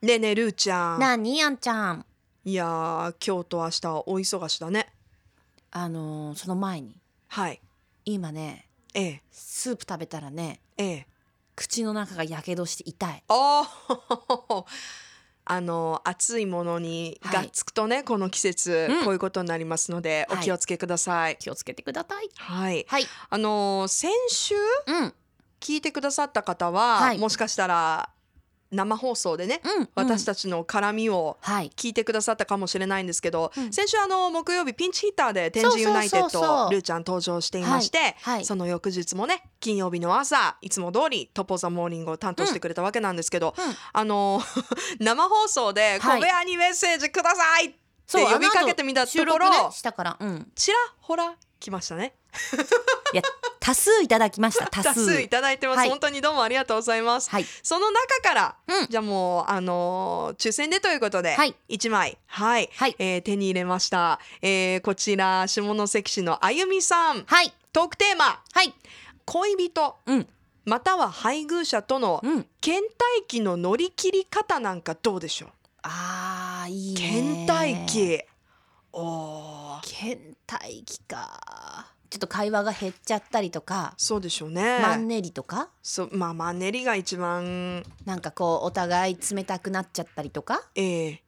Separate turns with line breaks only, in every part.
ねえねえルーちゃん
なにあんちゃん
いやー今日と明日は大忙しだね
あのーその前に
はい
今ね
ええ
スープ食べたらね
ええ
口の中がやけどして痛い
あー あの暑いものにがっつくとね、この季節、
うん
こういうことになりますのでお
はい
気をつけください
気をつけてください
はい、
はい
あのー先週
うんうん
聞いてくださった方は、
はい
もしかしたら生放送でね、
うん
私たちの絡みを
はい
聞いてくださったかもしれないんですけど、
うん
先週あの木曜日ピンチヒッターで天神ユナイテッ
そうそうそうそ
ド
う
ルーちゃん登場していまして、
はい
その翌日もね金曜日の朝いつも通りトッポザモーニングを担当してくれたわけなんですけど、
うん
あの 生放送で「
は
小
い
部屋にメッセージください!」って
そう
呼びかけてみたところ
あの後収録ねしたからうん
ちらほら来ましたね
いや多数いただきました多数
多数いただいてます、
はい
本当にどうもありがとうございます、
はい
その中から、
うん
じゃあもうあのー抽選でということで、
はい
1枚はい、
はい
えー手に入れました、えーこちら下関市のあゆみさん
はい
トークテーマ
はい
恋人
うん
または配偶者との
うん
倦怠期の乗り切り方なんかどうでしょう
あーいい
倦
ね
怠期おー
倦怠期かちょっと会話が減っちゃったりとか
そうでしょうね
マンネリとか
そうまあマンネリが一番
なんかこうお互い冷たくなっちゃったりとか
えー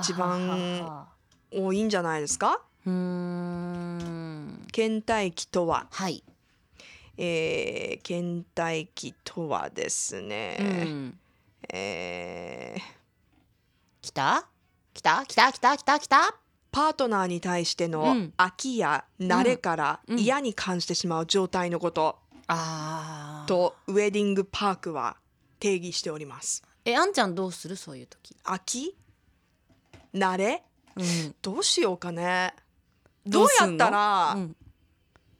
一番
はあはあはあ
多いんじゃないですか
うーん
倦怠期とは
はい、
えー、倦怠期とはですね、
うん
えー
来た来た来た来た来た来た
パートナーに対して
う
の
ん
飽きや慣れから
うんうん
嫌に感じてしまう状態のこと
あー
とウェディングパークは定義しております。
えあんちゃんどうするそういう時、
飽き慣れ
うん、
どうしようかねどうやったら、
うん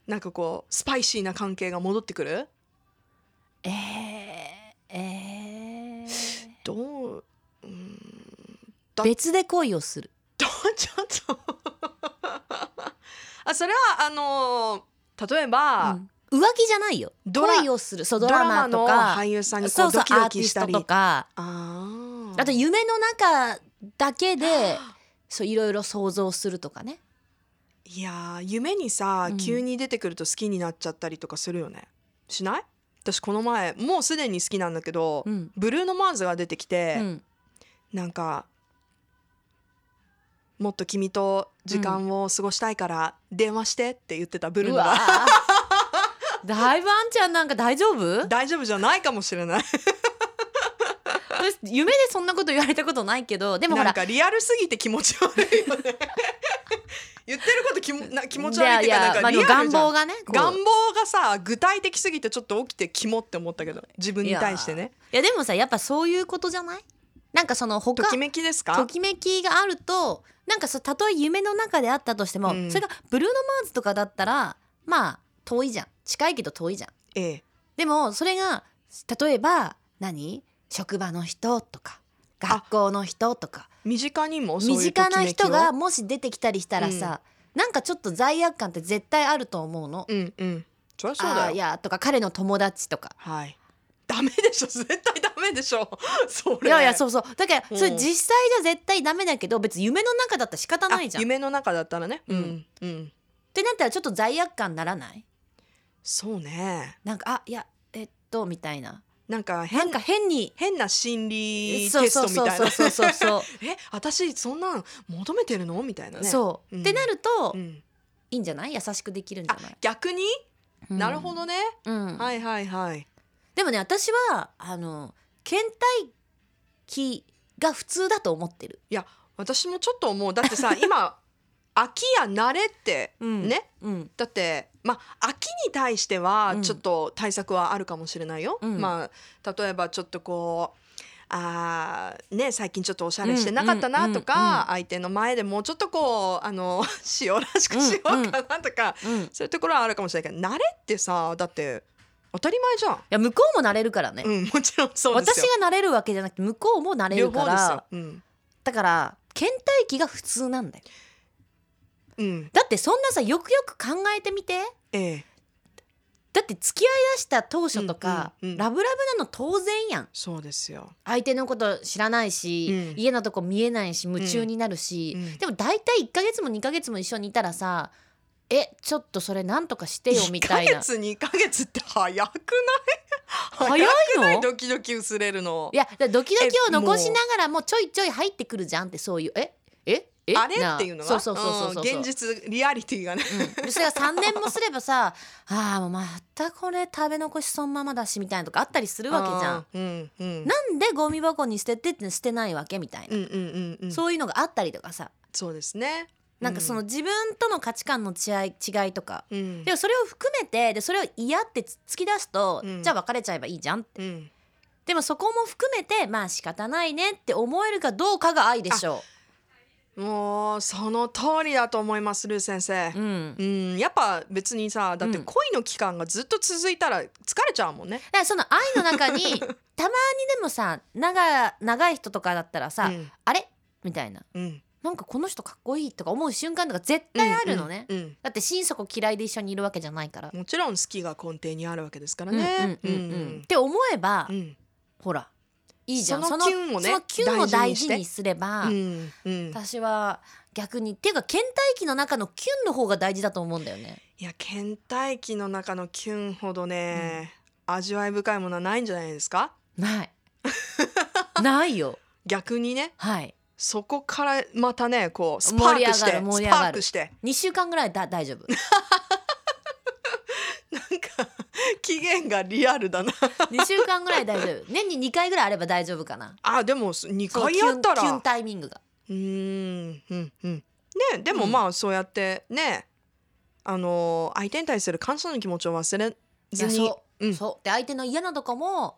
なんかこうスパイシーな関係が戻ってくる
えー、えー、
どう うーんだ
別で恋をする
どうちょっと あそれはあのー例えば、
うん、浮気じゃないよ
ドラ
恋をするそう
ド
ド
ラ
ラ
マ
マ
の
とか
俳優さんにこ
そううそう
ドキド
アーテ
キ
ィ
し
ス
た
ト
り
とか
あー
あと夢の中だけでそういろいろ想像するとかね
いやー夢にさ、
うん
急に出てくると好きになっちゃったりとかするよねしない私この前もうすでに好きなんだけど、
うん、
ブルーノ・マーズが出てきて、
うん、
なんか「もっと君と時間を過ごしたいから電話して」って言ってたブルー
う
ノ
わ
が
ーだいぶあんちゃんなんか 大丈夫
大丈夫じゃないかもしれない
私夢でそんなこと言われたことないけどでもほ
なん
ら
かリアルすぎて気持ち悪いよね言ってること気もな気持ち悪いっていうかなんか
まあ
リ
で
ア
も
ルじゃん
願望がねこう
願望がさ具体的すぎてちょっと起きてキモって思ったけど自分に対してね
いやでもさやっぱそういうことじゃないなんかその他
ときめきですか
ときめきがあるとなんかそうたとえ夢の中であったとしても、
うん
それがブルーノ・マーズとかだったらまあ遠いじゃん近いけど遠いじゃん
ええ
でもそれが例えば何職場の人とか
あ
学校の人とか
身近にもそうい
身
う
近な
と
人
きめきを
がもし出てきたりしたらさ、なんかちょっと罪悪感って絶対あると思うの。
うんうんそりゃそう
あ
だ
ー
よ
いやとか彼の友達とか
はいダメでしょ 絶対ダメでしょ そ
い
れ
やいやそうそうだから
うん
それ実際じゃ絶対ダメだけど別に夢の中だったら仕方ないじゃ
あ
んっ
夢の中だったらねう
うん
うん
てなったらちょっと罪悪感ならない
そうね
なんかあいやえっとみたいな
なんか変
なんか変に
変な心理
そう
テ
そ
ス
う
トみ
そ
たい
うそう
な
そうそうそ
え私そんなん求めてるのみたいな
う
ね
そう、
うん
ってなると、
う
い
ん
いんじゃない優しくできるんじ
あ
ゃない、
逆に
うん
なるほ、どね
うん
はいはいはい
でもね私はあの倦怠期が普通だと思ってる、
私もちょっと思うだって さ今飽きや慣れって、
うん
ね
うん、
だってまあ飽きに対しては
うん
ちょっと対策はあるかもしれないよ、
うん
まあ例えばちょっとこうあーね、最近ちょっとおしゃれしてなかったなと
うんうんうん
か、相手の前でもうちょっとこうあの 塩らしくしようかなとか、
うん、い
そういうところはあるかもしれないけど慣れってさだって当たり前じゃん、
や向こうも慣れるからね、
うん、もちろんそうで
私
すよ
が慣れるわけじゃなくて向こうも慣れる
両
か
方ですよ
ら、
うん
だから倦怠期が普通なんだよ
うん
だってそんなさよくよく考えてみて
ええ
だって付き合いだした当初とか、
うんうんうん
ラブラブなの当然やん
そうですよ。
相手のこと知らないし、
うん
家のとこ見えないし夢中になるし、
うん
でも大体1ヶ月も2ヶ月も一緒にいたらさえちょっとそれなんとかしてよみたい
1ヶ
な。
月2ヶ月って早くない
早いの
くないドキドキ薄れるの
い。やだからドキドキを
えもう
残しながらもちょいちょい入ってくるじゃんってそういうえええ
あれ
な
っていうのが
そうそうそうそうそう、
ん現実リアリティがね。
うんでそれが3年もすればさ あーもうまたこれ食べ残しそのままだしみたいなとかあったりするわけじゃん。
じゃん。うんうん。
なんでゴミ箱に捨ててって捨てないわけみたいな、
うんうんうんうん。そう
そういうのがあったりとかさ
ですね。
なんかその自分との価値観の違い違いとか
うん。うん
でもそれを含めてでそれを嫌ってつ突き出すと、
うん
じゃあ別れちゃえばいいじゃん
うん
でもそこも含めてまあ仕方ないねって思えるかどうかが愛でしょ
もうその通りだと思いますルー先生
う。う。ん
うん、やっぱ別にさだって恋の期間がずっと続いたら疲れちゃうもんね。
だからその愛の中に たまにでもさ長長い人とかだったらさ、
うん
あれみたいな
うん、
なんかこの人かっこいいとか思う瞬間とか絶対あるのね、
うんうん
だって心底嫌いで一緒にいるわけじゃないから、
もちろん好きが根底にあるわけですから
うん
ね。
うんうんうんって思えば、
うん
ほらいいじゃん
そのキュンをね
そのキュンを大
大事にし
事
て
にすれば、
うんうん
私は逆にっていうか倦怠期の中のキュンの方が大事だと思うんだよね
いや倦怠期の中のキュンほどね、味わい深いものはないんじゃないですか
ない ないよ
逆にね
はい
そこからまたねこうスパークして
盛り上がる盛り
ス
上
パ
がる
ークして
2週間ぐらいだ大丈夫
なんか期限がリアルだな
2週間ぐらい 大丈夫年に2回ぐらいあれば大丈夫かな
あでも2
その
回やった
キュンキュ
ら
ンタイミングが
うーんうんうんねで
う
も
ん
まあそうやってねあのー相手に対する感謝の気持ちを忘れず
い
に
やそう、
うん
そうで相手の嫌なとこも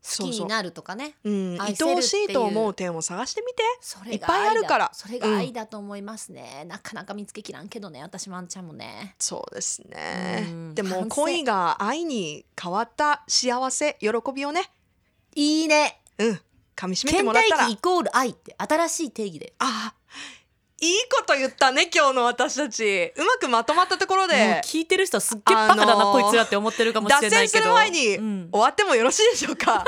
好きになるとかね
うん
愛
愛
せるっていう
おしいと思う点を探してみて
そ
い
れ
っ
が
ぱいある
愛だ
から
それが愛だと思いますね、なかなか見つけきらんけどね私もあんちゃんもね
そうです
う
ね
ん
でも
反省
恋が愛に変わった幸せ喜びをね
いいね
うん噛み締めて
倦
もらっ
怠
たら
期イコール愛って新しい定義で
あいいこと言ったね今日の私たちうまくまとまったところで
聞いてる人すっ
げえバカだなこいつら
って思ってるか
脱線する前に
うん
終わってもよろしいでしょう か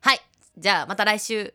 はいじゃあまた来週